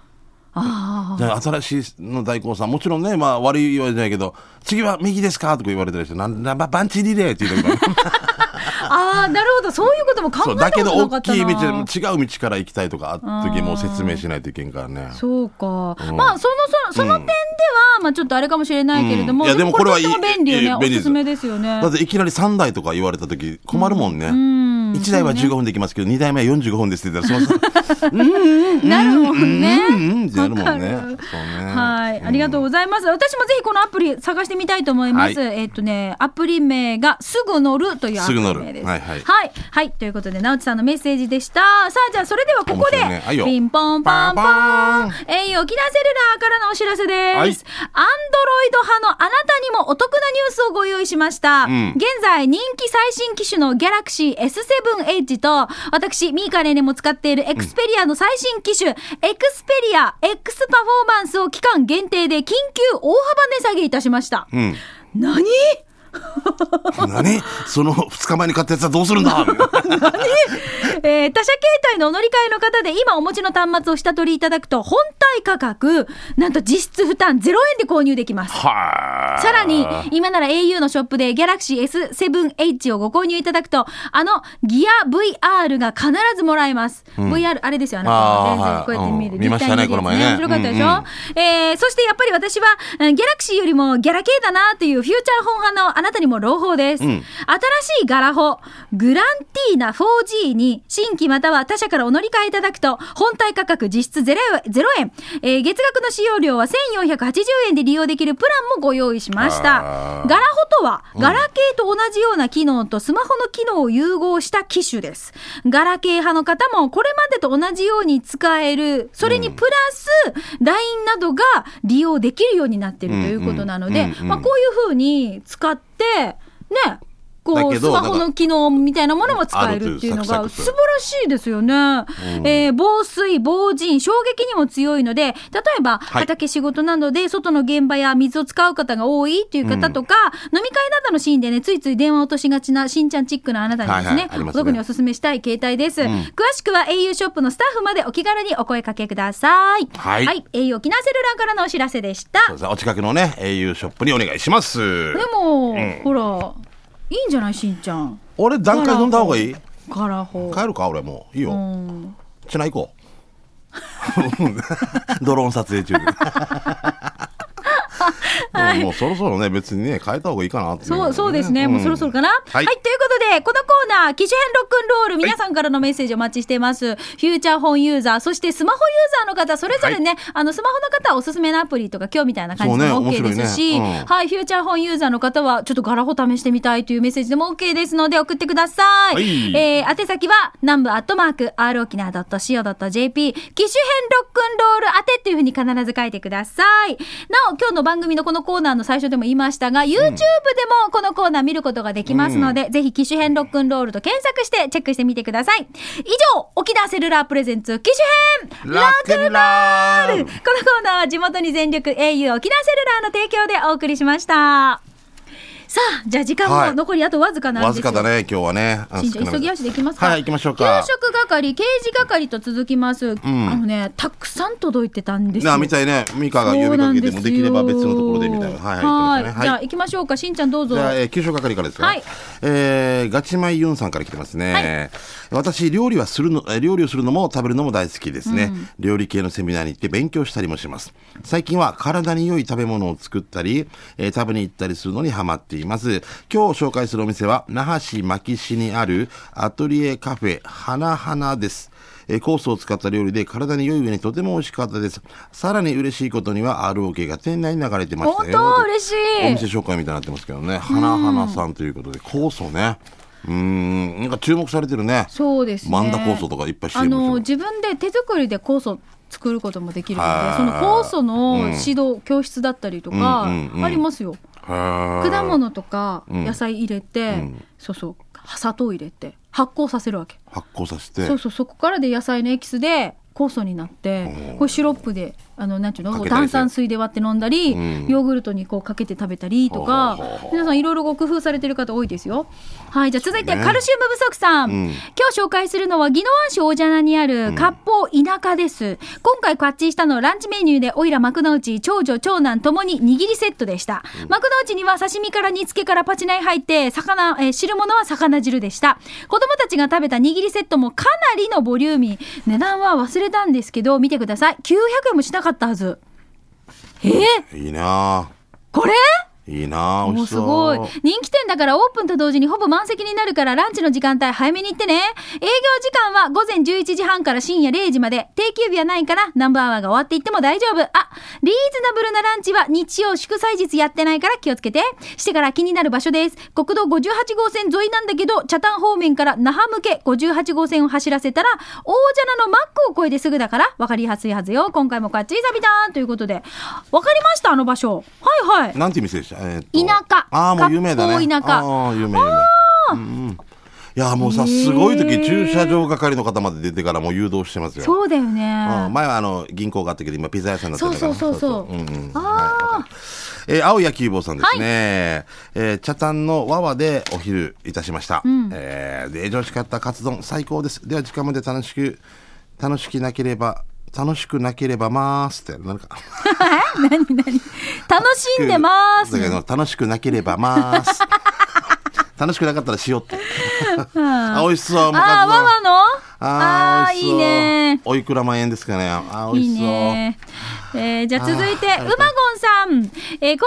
[SPEAKER 1] ああ
[SPEAKER 2] じゃあ新しいの代行さんもちろんねまあ 悪い言われじゃないけど次は右ですかとか言われたりしてなんなんばバンチリレーって言うと
[SPEAKER 1] ああ、なるほど。そういうことも考
[SPEAKER 2] そ
[SPEAKER 1] え
[SPEAKER 2] う
[SPEAKER 1] た
[SPEAKER 2] だ
[SPEAKER 1] こ
[SPEAKER 2] けど
[SPEAKER 1] となか
[SPEAKER 2] 大
[SPEAKER 1] ったな。
[SPEAKER 2] きい道でも違う道から行きたいとかあった時もう説明しないといけんからね
[SPEAKER 1] そうか、
[SPEAKER 2] うん
[SPEAKER 1] まあそのそのその点では、まあちょっとあれかもしれないけれども、
[SPEAKER 2] うんいやでもこれはいい
[SPEAKER 1] とっても便利よね
[SPEAKER 2] いや便
[SPEAKER 1] お
[SPEAKER 2] 利です
[SPEAKER 1] すすめですよね
[SPEAKER 2] だっていきなり3台とか言われた時困るもんね、
[SPEAKER 1] ん
[SPEAKER 2] 1台は15分で行きますけど2台目は45分ですって言ったらその
[SPEAKER 1] なるもん ね、
[SPEAKER 2] うんうんうんってなるもんね
[SPEAKER 1] わかる
[SPEAKER 2] そうね
[SPEAKER 1] はい、ありがとうございます。私もぜひこのアプリ探してみたいと思います。
[SPEAKER 2] は
[SPEAKER 1] えっとね、アプリ名がすぐ乗るというアプリ名です。
[SPEAKER 2] すぐ乗るはいはい
[SPEAKER 1] はい、はいということで、直ちさんのメッセージでした。さあ、じゃあそれではここで、
[SPEAKER 2] 面白いねはいよ
[SPEAKER 1] ピンポンパン
[SPEAKER 2] パン
[SPEAKER 1] ポン。
[SPEAKER 2] パン
[SPEAKER 1] えい、沖縄セルラーからのお知らせです。アンドロ
[SPEAKER 2] は
[SPEAKER 1] イ
[SPEAKER 2] い
[SPEAKER 1] ド派のあなたにもお得なニュースをご用意しました。
[SPEAKER 2] ん
[SPEAKER 1] 現在、人気最新機種のギャラクシー S7H と、私、ミーカレーにも使っているエクスペリアの最新機種、エクスペリア X パフォーマンスを期間限定で緊急大幅値下げいたしました。
[SPEAKER 2] うん
[SPEAKER 1] 何
[SPEAKER 2] 何その2日前に買ったやつはどう するんだ
[SPEAKER 1] えー他社携帯のお乗り換えの方で今お持ちの端末を下取りいただくと本体価格なんと実質負担0円で購入できます
[SPEAKER 2] はあ
[SPEAKER 1] さらに、今なら au のショップで Galaxy S7H をご購入いただくと、あのギア VR が必ずもらえます。VR、あれですよ、あ
[SPEAKER 2] あー
[SPEAKER 1] の、こうやって見える。
[SPEAKER 2] はいうん見ましたね
[SPEAKER 1] 立体の
[SPEAKER 2] この前ね
[SPEAKER 1] 面白かったでしょ、
[SPEAKER 2] うん
[SPEAKER 1] えーそしてやっぱり私は、うんギャラクシーよりもギャラ系だなというフューチャー本派のあなたにも朗報です。新しいガラホ、グランティーナ 4G に新規または他社からお乗り換えいただくと、本体価格実質 0, 円、えー月額の使用料は1480円で利用できるプランもご用意しました
[SPEAKER 2] あ。ー
[SPEAKER 1] ガラホとは、ガラケーと同じような機能とスマホの機能を融合した機種です。ガラケー派の方もこれまでと同じように使える、それにプラス、LINE などが利用できるようになってるということなの
[SPEAKER 2] う
[SPEAKER 1] で
[SPEAKER 2] んうんうん、うん
[SPEAKER 1] まあこういうふうに使って、ね、こ
[SPEAKER 2] だ
[SPEAKER 1] う
[SPEAKER 2] け
[SPEAKER 1] ス
[SPEAKER 2] ど
[SPEAKER 1] マホ
[SPEAKER 2] なん
[SPEAKER 1] の
[SPEAKER 2] か
[SPEAKER 1] 機能みたいなものも使えるっていうの
[SPEAKER 2] あ
[SPEAKER 1] が
[SPEAKER 2] るとい
[SPEAKER 1] 素
[SPEAKER 2] う
[SPEAKER 1] 晴らしいですよね。えー防水、防塵、衝撃にも強いので、例えば
[SPEAKER 2] い
[SPEAKER 1] 畑仕事などで外の現場や水を使う方が多いっていう方とか、飲み会などのシーンでね、ついつい電話を落としがちなしんちゃんチックなあなたにですね、
[SPEAKER 2] はいはいありますね
[SPEAKER 1] お得にお勧めしたい携帯です。
[SPEAKER 2] ん
[SPEAKER 1] 詳しくは au ショップのスタッフまでお気軽にお声かけください。
[SPEAKER 2] はい
[SPEAKER 1] au 沖縄セルラーからのお知らせでした。
[SPEAKER 2] そうですねお近くのね au ショップにお願いします
[SPEAKER 1] でも、ほら、いいんじゃないしんちゃん。
[SPEAKER 2] 俺段階飲んだ方がいい
[SPEAKER 1] ガラホ。
[SPEAKER 2] 帰るか俺もういいうよ
[SPEAKER 1] ん
[SPEAKER 2] ちな行こう ドローン撮影 中でもうそろそろね別にね変えた方がいいかなってい
[SPEAKER 1] そう、そうですね。
[SPEAKER 2] ん
[SPEAKER 1] もうそろそろかな、は、
[SPEAKER 2] はいい
[SPEAKER 1] ということで、このコーナー、機種編ロックンロール、皆さんからのメッセージお待ちしています。フューチャー本ユーザー、そしてスマホユーザーの方、それぞれね、あの、スマホの方はおすすめのアプリとか、今日みたいな感じで
[SPEAKER 2] そ
[SPEAKER 1] も OK
[SPEAKER 2] うね面白いね
[SPEAKER 1] ですし、
[SPEAKER 2] うん
[SPEAKER 1] はい、フューチャー本ユーザーの方は、ちょっとガラホ試してみたいというメッセージでも OK ですので、送ってください。
[SPEAKER 2] はい
[SPEAKER 1] えー、宛先は、南部アットマーク、r 沖縄 .co.jp、機種編ロックンロール宛てっていうふうに必ず書いてください。なお、今日の番組のこのコーナーの最初でも言いましたが、YouTube でもこのコーナー見ることができますので、ぜひ機種編ロックンロールと検索してチェックしてみてください。以上、沖縄セルラープレゼンツ機種編ロ
[SPEAKER 2] ラ
[SPEAKER 1] ッ
[SPEAKER 2] ック
[SPEAKER 1] クン
[SPEAKER 2] ン
[SPEAKER 1] ロ
[SPEAKER 2] ロ
[SPEAKER 1] ールこの
[SPEAKER 2] ール
[SPEAKER 1] コーナーは地元に全力 au 沖縄セルラーの提供でお送りしました。さあ、じゃあ時間
[SPEAKER 2] は
[SPEAKER 1] も
[SPEAKER 2] い
[SPEAKER 1] 残りあとわずかなん
[SPEAKER 2] わ
[SPEAKER 1] です
[SPEAKER 2] ず
[SPEAKER 1] よ
[SPEAKER 2] かだね今日はね
[SPEAKER 1] 新庄急ぎ足でいきますか
[SPEAKER 2] はい行きましょうか
[SPEAKER 1] 給食係刑事係と続きます、あのねたくさん届いてたんですよ
[SPEAKER 2] なあみたいねミカが呼
[SPEAKER 1] そう
[SPEAKER 2] び
[SPEAKER 1] な
[SPEAKER 2] か
[SPEAKER 1] ん
[SPEAKER 2] け
[SPEAKER 1] で
[SPEAKER 2] て
[SPEAKER 1] す
[SPEAKER 2] も
[SPEAKER 1] よ
[SPEAKER 2] できれば別のところでみたいなはいはい言ってましたね
[SPEAKER 1] じゃあ
[SPEAKER 2] はい
[SPEAKER 1] 行きましょうかしんちゃんどうぞ
[SPEAKER 2] じゃあ、えー、給食係からですか。
[SPEAKER 1] はい
[SPEAKER 2] えーガチマイユンさんから来てますね。私、料理はするの、えー料理をするのも食べるのも大好きですね、料理系のセミナーに行って勉強したりもします。最近は体に良い食べ物を作ったり、えー食べに行ったりするのにハマっています。今日紹介するお店は、那覇市牧市にあるアトリエカフェ、花花です。えーコースを使った料理で体に良い上にとても美味しかったです。さらに嬉しいことには ROK が店内に流れてました
[SPEAKER 1] 本
[SPEAKER 2] よ。
[SPEAKER 1] 当嬉し
[SPEAKER 2] お店
[SPEAKER 1] い
[SPEAKER 2] 紹介みたいになってますけどね、花花さんということで、酵素ね、うーん、なんか注目されてるね、
[SPEAKER 1] そうですね
[SPEAKER 2] マンダ酵素とかいっぱい
[SPEAKER 1] あ
[SPEAKER 2] CM して
[SPEAKER 1] の
[SPEAKER 2] る
[SPEAKER 1] 自分で手作りで酵素作ることもできるの
[SPEAKER 2] は
[SPEAKER 1] でそ
[SPEAKER 2] い
[SPEAKER 1] の酵素の指導、教室だったりとか、
[SPEAKER 2] うんうんうん
[SPEAKER 1] ありますよ果
[SPEAKER 2] 果
[SPEAKER 1] 物とか
[SPEAKER 2] ん
[SPEAKER 1] 野菜入れて、そうそう砂糖入れて発酵させるわけ
[SPEAKER 2] 発酵させて
[SPEAKER 1] そうそうそこからで野菜のエキスで酵素になってこれシロップであのなんていう
[SPEAKER 2] か
[SPEAKER 1] の
[SPEAKER 2] けた
[SPEAKER 1] 炭
[SPEAKER 2] りして
[SPEAKER 1] 酸水で割って飲んだり、
[SPEAKER 2] うん
[SPEAKER 1] ヨーグルトにこうかけて食べたりとか
[SPEAKER 2] ほうほうほう
[SPEAKER 1] 皆さんいろいろご工夫されてる方多いですよはいじゃあ続いて
[SPEAKER 2] ね
[SPEAKER 1] カルシウム不足さん、
[SPEAKER 2] うん
[SPEAKER 1] 今日紹介するのは宜野湾市大蛇名にある割烹田舎です、今回買っちしたのはランチメニューでおいら幕の内長女長男ともに握りセットでした、幕の内には刺身から煮付けからパチナイ入って魚、えー汁物は魚汁でした子供たちが食べた握りセットもかなりのボリューミー値段は忘れたんですけど見てください900円もしなかったはずえー、
[SPEAKER 2] いいな
[SPEAKER 1] これ
[SPEAKER 2] ぁいいなぁ美
[SPEAKER 1] も
[SPEAKER 2] 味
[SPEAKER 1] う
[SPEAKER 2] し
[SPEAKER 1] す
[SPEAKER 2] そう
[SPEAKER 1] ごい人気店だからオープンと同時にほぼ満席になるからランチの時間帯早めに行ってね営業時間は午前11時半から深夜0時まで定休日はないからナンバーワンが終わっていっても大丈夫あリーズナブルなランチは日曜祝祭日やってないから気をつけてしてから気になる場所です国道58号線沿いなんだけど北谷方面から那覇向け58号線を走らせたら大蛇名のマックを越えてすぐだから分かりやすいはずよ今回もかっちりサビターンということで分かりましたあの場所はいはい
[SPEAKER 2] なんていう店でした、えーと
[SPEAKER 1] 田舎
[SPEAKER 2] ああもう有名だね
[SPEAKER 1] 割烹田舎
[SPEAKER 2] ああ有名有名うんうんいやもうさすごい時駐車場係の方まで出てからもう誘導してますよ
[SPEAKER 1] そうだよね。
[SPEAKER 2] うん前はあの銀行があったけど今ピザ屋さんになってるから
[SPEAKER 1] そうそうそうそうん
[SPEAKER 2] ん
[SPEAKER 1] あー
[SPEAKER 2] はいわかるえー青焼き坊さんですね、えー茶炭のわわでお昼いたしました、えーで美味しかったカツ丼最高ですでは時間まで楽しく楽しくなければ楽しくなければまーすってなんか
[SPEAKER 1] 楽しんでます。
[SPEAKER 2] だけど楽しくなければま ーす楽しくなかったらしようってあ美味しそうもうカツ丼
[SPEAKER 1] あー、ママの
[SPEAKER 2] あー
[SPEAKER 1] あー、
[SPEAKER 2] 美味し
[SPEAKER 1] いい
[SPEAKER 2] そ
[SPEAKER 1] うね。
[SPEAKER 2] おいくら万円ですかねあー美味
[SPEAKER 1] いい
[SPEAKER 2] しそう
[SPEAKER 1] ね。えーじゃあ続いて、う
[SPEAKER 2] あー
[SPEAKER 1] まごんさん。えー今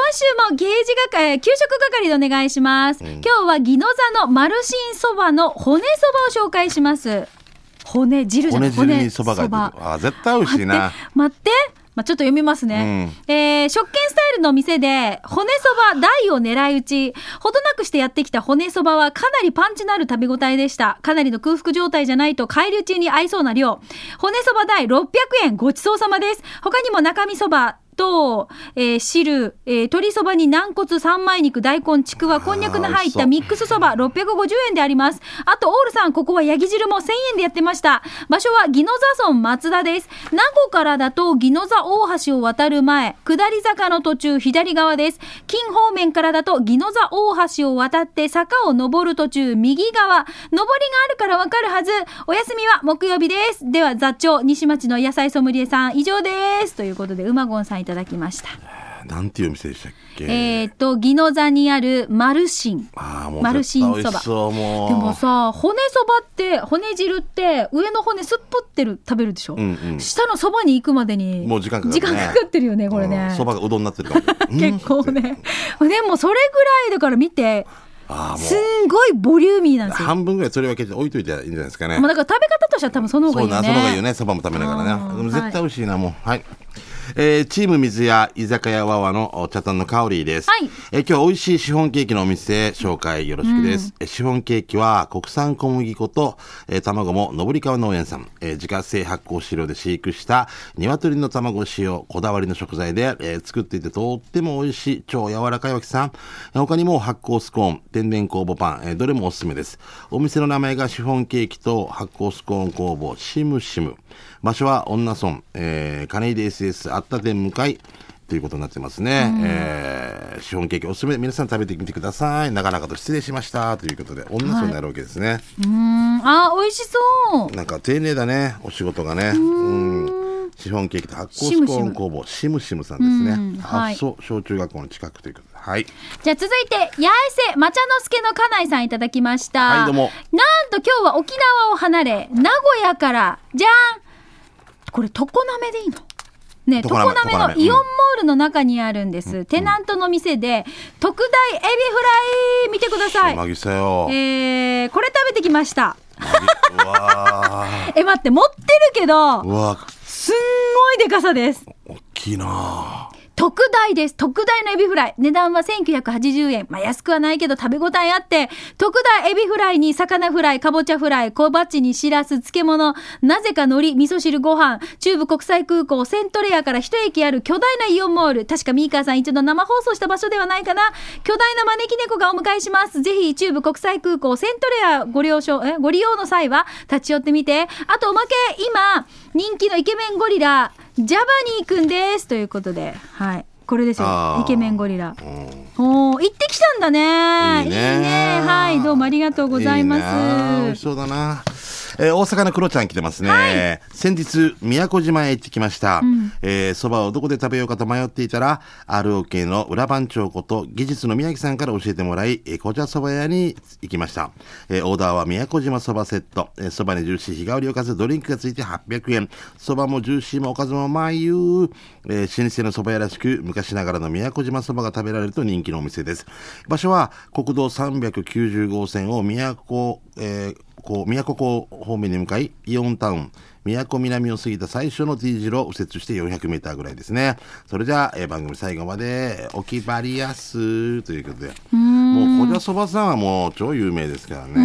[SPEAKER 1] 週もゲージ係、えー給食係でお願いします。今日はギノ座のマルシンそばの骨そばを紹介します。骨汁じゃな
[SPEAKER 2] 骨
[SPEAKER 1] い骨
[SPEAKER 2] 汁にそばが入ってるあー絶対美味しいな
[SPEAKER 1] 待って、まあ、ちょっと読みますね、えー食券スタイルの店で骨そば大を狙い撃ちほどなくしてやってきた骨そばはかなりパンチのある食べ応えでしたかなりの空腹状態じゃないと海流中に合いそうな量骨そば大600円ごちそうさまです他にも中身そばと、えー汁、えー鶏そばに軟骨三枚肉大根ちくわこんにゃくの
[SPEAKER 2] あー美
[SPEAKER 1] 入っ
[SPEAKER 2] 味しそ
[SPEAKER 1] た
[SPEAKER 2] う
[SPEAKER 1] ミックスそば650円であります。あと、オールさん、ここはヤギ汁も1000円でやってました。場所は宜野座村松田です。名護からだと宜野座大橋を渡る前、下り坂の途中左側です。金方面からだと宜野座大橋を渡って坂を登る途中右側、上りがあるからわかるはず。お休みは木曜日です。では、座長、西町の野菜ソムリエさん、以上です。ということで、うまごんさんいただきました。
[SPEAKER 2] なんていうお店でしたっけ、
[SPEAKER 1] えっ、と、宜野座にあるマルシン。
[SPEAKER 2] ああもう
[SPEAKER 1] マルシンそば
[SPEAKER 2] 絶対美味しそうもう
[SPEAKER 1] でもさ骨そばって骨汁って上の骨すっぽってる食べるでしょ、
[SPEAKER 2] うんうん
[SPEAKER 1] 下のそばに行くまでに
[SPEAKER 2] もう時間かかるね
[SPEAKER 1] かかってるよねこれね、
[SPEAKER 2] そば、がうどんになってるかも
[SPEAKER 1] 結構ねでもそれぐらいだから見て
[SPEAKER 2] ああも
[SPEAKER 1] す
[SPEAKER 2] うん
[SPEAKER 1] ごいボリューミーなんですよ、
[SPEAKER 2] 半分ぐらい取り分けて置いといていいんじゃないですかね
[SPEAKER 1] まあ、だから食べ方としては多分その方がい
[SPEAKER 2] そう
[SPEAKER 1] いよね
[SPEAKER 2] なその方がいいよねそばも食べながら
[SPEAKER 1] あー
[SPEAKER 2] ねでも絶対美味しいなもうはいえーチーム水屋居酒屋わわのお茶たんの香りです、
[SPEAKER 1] はい
[SPEAKER 2] えー今日美味しいシフォンケーキのお店紹介よろしくです、えーシフォンケーキは国産小麦粉と、えー卵も上川農園さん、えー自家製発酵飼料で飼育した鶏の卵使用こだわりの食材で、えー作っていてとっても美味しい超柔らかいわけさんえー他にも発酵スコーン天然酵母パン、えーどれもおすすめですお店の名前がシフォンケーキと発酵スコーン工房シムシム場所は女村、えー、金井で SS あった店向かいということになってますね、えーシフォンケーキおすすめ皆さん食べてみてくださいなかなかと失礼しましたということで女村になるわけですね、
[SPEAKER 1] うんあー美味しそう
[SPEAKER 2] なんか丁寧だねお仕事がねうんシフォンケーキと発酵スコーン工房シムシムさんです
[SPEAKER 1] うん
[SPEAKER 2] ね
[SPEAKER 1] はい
[SPEAKER 2] 発想小中学校の近くということではい
[SPEAKER 1] じゃあ続いて八重瀬まちゃのすけの家内さんいただきました
[SPEAKER 2] はいどうも
[SPEAKER 1] なんと今日は沖縄を離れ名古屋からじゃんこれ常滑でいいのね、常
[SPEAKER 2] 常滑
[SPEAKER 1] 滑の
[SPEAKER 2] 常滑
[SPEAKER 1] イオンモールの中にあるんです、テナントの店で特大エビフライ見てください
[SPEAKER 2] マギサよ、
[SPEAKER 1] えー、これ食べてきました
[SPEAKER 2] うわー
[SPEAKER 1] え待って持ってるけ
[SPEAKER 2] う
[SPEAKER 1] ど
[SPEAKER 2] わ
[SPEAKER 1] すんごいでかさです
[SPEAKER 2] 大きいな
[SPEAKER 1] 特大です。特大のエビフライ。値段は1980円。まあ、安くはないけど食べ応えあって、特大エビフライに魚フライ、かぼちゃフライ、小鉢にしらす、漬物、なぜか海苔、味噌汁、ご飯、中部国際空港、セントレアから一駅ある巨大なイオンモール。確かミーカーさん一度生放送した場所ではないかな。巨大な招き猫がお迎えします。ぜひ、中部国際空港、セントレアご利用しょえご利用の際は立ち寄ってみて。あとおまけ、今、人気のイケメンゴリラ、ジャバニーくんです。ということで、はい。これです
[SPEAKER 2] あ
[SPEAKER 1] よ。
[SPEAKER 2] ー
[SPEAKER 1] イケメンゴリラ。
[SPEAKER 2] うん
[SPEAKER 1] おー行ってきたんだね。
[SPEAKER 2] いいね
[SPEAKER 1] はい。どうもありがとうございます。
[SPEAKER 2] いなあ美味しそうだな。えー大阪のクロちゃん来てますね。先日、宮古島へ行ってきました。えー蕎麦をどこで食べようかと迷っていたら、ROK の裏番長こと、技術の宮城さんから教えてもらい、えー、紅茶蕎麦屋に行きました。えーオーダーは宮古島蕎麦セット。えー蕎麦にジューシー日替わりおかず、ドリンクがついて800円。蕎麦もジューシーもおかずもまあいう、えー老舗の蕎麦屋らしく、昔ながらの宮古島蕎麦が食べられると人気のお店です。場所は、国道390号線を宮古、えーこう宮古港方面に向かいイオンタウン宮古南を過ぎた最初の T 字路を右折して400メーターぐらいですねそれじゃあ、えー番組最後までおきばりやすということでもうこじゃそばさんはもう超有名ですからねう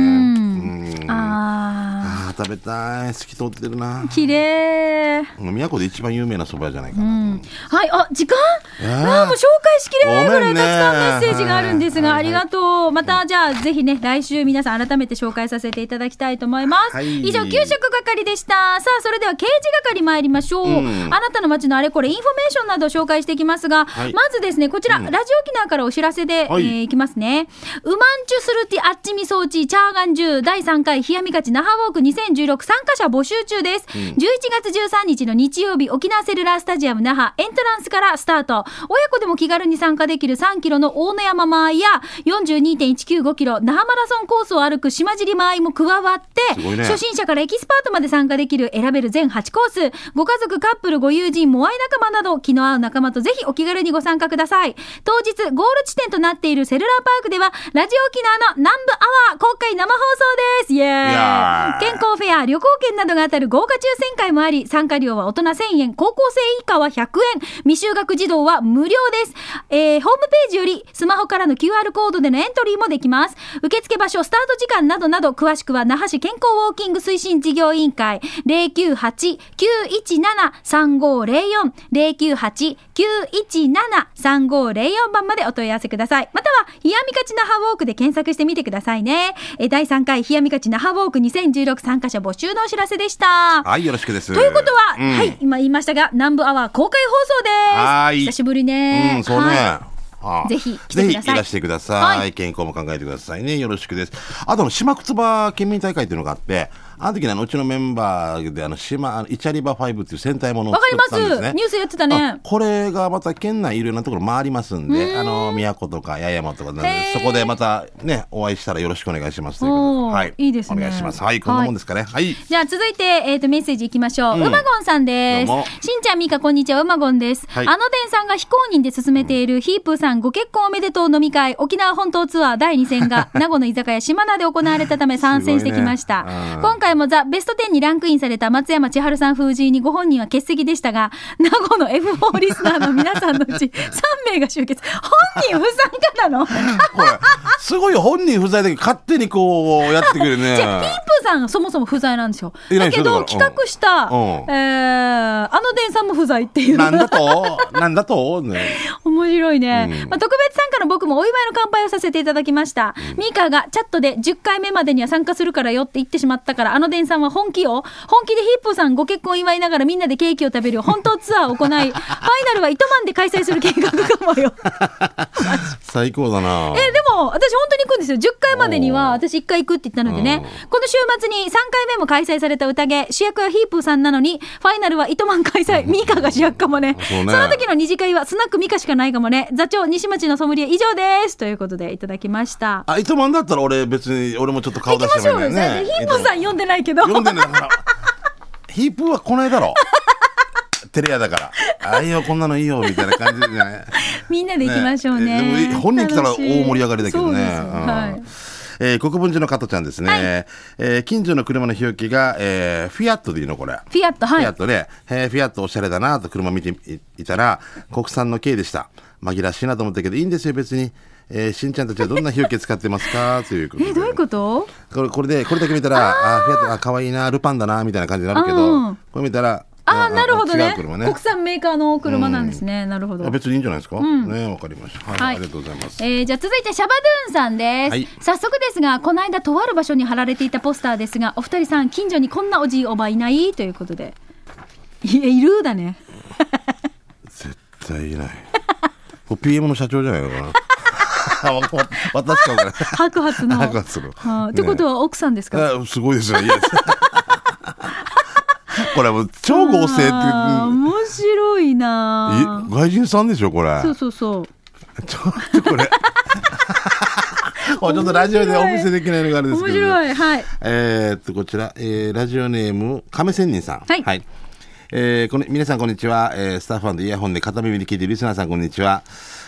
[SPEAKER 2] ん
[SPEAKER 1] あ
[SPEAKER 2] あー食べたい透き通ってるな
[SPEAKER 1] ー綺麗。
[SPEAKER 2] 宮古で一番有名なそば屋じゃないかな、
[SPEAKER 1] はい、あ、時間、
[SPEAKER 2] えー
[SPEAKER 1] あーもう紹介しきれないぐらい
[SPEAKER 2] ごめんね
[SPEAKER 1] たくさんメッセージがあるんですが、
[SPEAKER 2] はい
[SPEAKER 1] ありがとう。また、じゃあ、ぜひね、来週皆さん改めて紹介させていただきたいと思います。
[SPEAKER 2] はい
[SPEAKER 1] 以上、給食係でした。さあ、それでは刑事係参りましょう。
[SPEAKER 2] うん
[SPEAKER 1] あなたの街のあれこれ、インフォメーションなどを紹介していきますが、
[SPEAKER 2] はい
[SPEAKER 1] まずですね、こちら、ラジオ沖縄からお知らせで、
[SPEAKER 2] はい
[SPEAKER 1] えーいきますね。ウマンチュスルティアッチミソーチチャーガンジュ第3回冷やみがち那覇ウォーク2016参加者募集中です。11月13日の日曜日、沖縄セルラースタジアム那覇エントランスからスタート。親子でも気軽に参加できる3キロの大野山舞や42.195キロ那覇マラソンコースを歩く島尻舞も加わって、
[SPEAKER 2] すごいね
[SPEAKER 1] 初心者からエキスパートまで参加できる選べる全8コース、ご家族、カップル、ご友人、モアイ仲間など、気の合う仲間とぜひお気軽にご参加ください。当日、ゴール地点となっているセルラーパークでは、ラジオ沖縄の南部アワー公開生放送です。イエーイ
[SPEAKER 2] いやー
[SPEAKER 1] 健康フェア、旅行券などが当たる豪華抽選会もあり、参加料は大人1000円、高校生以下は100円、未就学児童は無料です。えーホームページより、スマホからの QR コードでのエントリーもできます。受付場所、スタート時間などなど、詳しくは、那覇市健康ウォーキング推進事業委員会、098-917-3504、098-917-3504番までお問い合わせください。または、冷やみかち那覇ウォークで検索してみてくださいね。えー第3回冷やみかち那覇ウォーク2016参加者募集のお知らせでした。
[SPEAKER 2] はいよろしくです
[SPEAKER 1] ということは、
[SPEAKER 2] うん
[SPEAKER 1] はい、今言いましたが、南部アワー公開放送です。
[SPEAKER 2] はい
[SPEAKER 1] 久しぶりね。
[SPEAKER 2] うん、そうね。
[SPEAKER 1] はい
[SPEAKER 2] ああ
[SPEAKER 1] ぜひ来てください
[SPEAKER 2] ぜひいらしてください,、
[SPEAKER 1] は
[SPEAKER 2] 健康も考えてくださいね。よろしくです。あと、島くつば県民大会っていうのがあって、あの時にあのうちのメンバーで、あの、島、あのイチャリバ5っていう戦隊ものを
[SPEAKER 1] わかり
[SPEAKER 2] 作
[SPEAKER 1] ま
[SPEAKER 2] ったんですすね。
[SPEAKER 1] ニュースやってたね
[SPEAKER 2] あ。これがまた県内いろいろなところ回りますんで、あの、宮古とか八重山とかなんで
[SPEAKER 1] へー
[SPEAKER 2] そこでまたね、お会いしたらよろしくお願いしますという
[SPEAKER 1] お
[SPEAKER 2] こと
[SPEAKER 1] ー
[SPEAKER 2] で。はい。
[SPEAKER 1] いいですね
[SPEAKER 2] お願いします。はい、こんなもんですかね。 はい。
[SPEAKER 1] じゃあ続いて、えっ、と、メッセージいきましょう。うまごんさんです
[SPEAKER 2] どうも。
[SPEAKER 1] しんちゃん、みか、こんにちは。うまごんです。
[SPEAKER 2] はい
[SPEAKER 1] あのでんさんが非公認で進めている、ヒープーさんご結婚おめでとう飲み会、沖縄本島ツアー第2戦 が、名護の居酒屋島名で行われたため参戦してきました。
[SPEAKER 2] すごいねうん
[SPEAKER 1] 今回もザ・ベスト10にランクインされた松山千春さん風神にご本人は欠席でしたが、名護の F4 リスナーの皆さんのう ち3名が集結。本人不参加なのヒープ
[SPEAKER 2] これ、すごい本人不在で勝手にこうやってく るね。
[SPEAKER 1] ーさんがそもそも不在なんですよ。
[SPEAKER 2] いな
[SPEAKER 1] だ
[SPEAKER 2] いでし
[SPEAKER 1] け
[SPEAKER 2] ょ
[SPEAKER 1] ど、
[SPEAKER 2] だから
[SPEAKER 1] 企画した、
[SPEAKER 2] うんうん
[SPEAKER 1] えー、あのでんさんも不在っていう。
[SPEAKER 2] なんだとなんだとね。
[SPEAKER 1] 面白いね、
[SPEAKER 2] うん
[SPEAKER 1] まあ、特別参加の僕もお祝いの乾杯をさせていただきました、ミカがチャットで10回目までには参加するからよって言ってしまったからあのデンさんは本気よ本気でヒップーさんご結婚祝いながらみんなでケーキを食べる本当ツアーを行いファイナルは糸満で開催する計画かもよ
[SPEAKER 2] 最高だな。
[SPEAKER 1] えでも私本当に行くんですよ10回までには私1回行くって言ったのでねこの週末に3回目も開催された宴主役はヒープーさんなのにファイナルは糸満開催ミカが主役かもね
[SPEAKER 2] そうね
[SPEAKER 1] の時の二次会はスナックミカしかないかもね座長西町のソムリエ以上ですということでいただきました
[SPEAKER 2] あ、糸満だったら俺別に俺もちょっと
[SPEAKER 1] 行
[SPEAKER 2] 顔
[SPEAKER 1] き
[SPEAKER 2] 出
[SPEAKER 1] ま
[SPEAKER 2] して
[SPEAKER 1] しょ
[SPEAKER 2] も
[SPEAKER 1] う
[SPEAKER 2] い
[SPEAKER 1] よ、
[SPEAKER 2] いんだよね。
[SPEAKER 1] ヒープーさん読んでないけど
[SPEAKER 2] 読んでんだから。ヒープーはこないだろ。テレアだから。ああいいよ、こんなのいいよ、みたいな感じじゃない。
[SPEAKER 1] みん なで行きましょうね
[SPEAKER 2] ねでも本人来たら大盛り上がりだけどね。
[SPEAKER 1] 楽しいそうです
[SPEAKER 2] うん
[SPEAKER 1] はい
[SPEAKER 2] えー国分寺の加トちゃんですね。えー近所の車の日置が、えーフィアットでいいのこれ。
[SPEAKER 1] フィアットはい
[SPEAKER 2] フィアットね、えーフィアットおしゃれだなと車見ていいたら、国産の軽でした。紛らわしいなと思ったけど、いいんですよ、別に。えーしんちゃんたちはどんな日置使ってま すかということで。
[SPEAKER 1] えどういうこと
[SPEAKER 2] これこれで、これだけ見たら、ああー、フィアット、あ、可愛いな、ルパンだな、みたいな感じになるけど、
[SPEAKER 1] うん
[SPEAKER 2] これ見たら、
[SPEAKER 1] ああなるほど
[SPEAKER 2] 違
[SPEAKER 1] ね
[SPEAKER 2] う車
[SPEAKER 1] 国産メーカーの車なんですね、なるほど
[SPEAKER 2] あ別にいいんじゃないですか、ねわかりました、はい
[SPEAKER 1] はい
[SPEAKER 2] ありがとうございます
[SPEAKER 1] えーじゃあ続いてシャバドゥーンさんです、
[SPEAKER 2] はい
[SPEAKER 1] 早速ですがこの間とある場所に貼られていたポスターですがお二人さん近所にこんなおじいおばいないということでいやいるだ ね
[SPEAKER 2] 絶対いない。もう PM の社長じゃないのかな。 あわわ私か もね。
[SPEAKER 1] 白髪の
[SPEAKER 2] 白髪する
[SPEAKER 1] はあってことは奥さんですか、
[SPEAKER 2] あすごいですよ。いや これはもう超合成って
[SPEAKER 1] あー
[SPEAKER 2] うん。
[SPEAKER 1] 面白いな
[SPEAKER 2] え外人さんでしょこれ。
[SPEAKER 1] そうそうそう
[SPEAKER 2] ちょっ とこれ。もうちょっとラジオでお見せできないのがあれです
[SPEAKER 1] 面
[SPEAKER 2] けど。
[SPEAKER 1] 白いはい
[SPEAKER 2] えーっと、こちら、えーラジオネーム、亀仙人さん。
[SPEAKER 1] はい
[SPEAKER 2] えーこの皆さんこんにちは、えースタッフでイヤホンで片耳で聞いているリスナーさんこんにちは、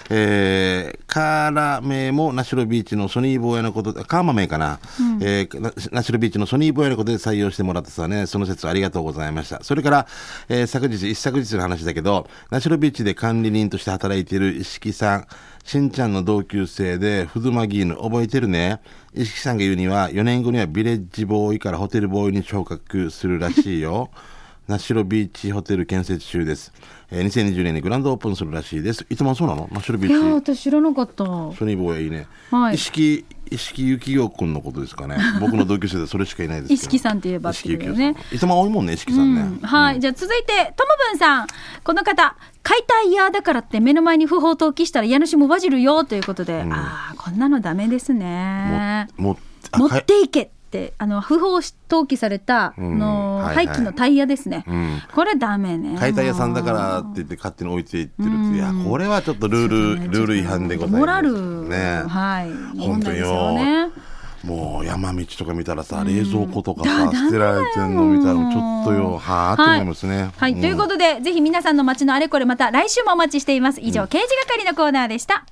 [SPEAKER 2] えーカーラメもナショロビーチのソニー坊やのことでカーマメかな、えーナナショロビーチのソニー坊やのことで採用してもらったさねその説ありがとうございましたそれから、えー昨日一昨日の話だけどナショロビーチで管理人として働いている石木さんしんちゃんの同級生で、ふずま議員の覚えてるね。石木さんが言うには、4年後にはビレッジボーイからホテルボーイに昇格するらしいよ。ナシロビーチホテル建設中です。えー、2020年にグランドオープンするらしいです。いつもそうなのナシロビ
[SPEAKER 1] いやー
[SPEAKER 2] ーチ。
[SPEAKER 1] 私知らなかった
[SPEAKER 2] ソニーボーイいいね。
[SPEAKER 1] はい
[SPEAKER 2] 意識、意識ゆきよくんのことです かね。僕の同級生でそれしかいないですけど。
[SPEAKER 1] 意識さんといえば
[SPEAKER 2] 意識ゆきよ
[SPEAKER 1] っていうね
[SPEAKER 2] さんいつも多いもんね、意識さんね。
[SPEAKER 1] うんはい、じゃあ続いてともぶんさんこの方解体嫌だからって目の前に不法投棄したら家主もバジるよということで、ああこんなのダメですね
[SPEAKER 2] も、も、あ
[SPEAKER 1] 持
[SPEAKER 2] か
[SPEAKER 1] っ
[SPEAKER 2] い
[SPEAKER 1] ていけってあの不法投棄されたあの、
[SPEAKER 2] うんはいはい
[SPEAKER 1] 廃棄のタイヤですね、
[SPEAKER 2] ん
[SPEAKER 1] これダメね
[SPEAKER 2] 解体屋さんだからって言って勝手に置いていってるっていやこれはちょっとルール、ルール違反でございます
[SPEAKER 1] モラル、
[SPEAKER 2] ね
[SPEAKER 1] はい
[SPEAKER 2] 本当
[SPEAKER 1] 問題
[SPEAKER 2] よ
[SPEAKER 1] ですよね
[SPEAKER 2] もう山道とか見たらさ、冷蔵庫とかさ捨てられてんの見たらちょっとよはあって思いますね
[SPEAKER 1] はい、
[SPEAKER 2] うん
[SPEAKER 1] ということでぜひ皆さんの街のあれこれまた来週もお待ちしています以上、刑事係のコーナーでした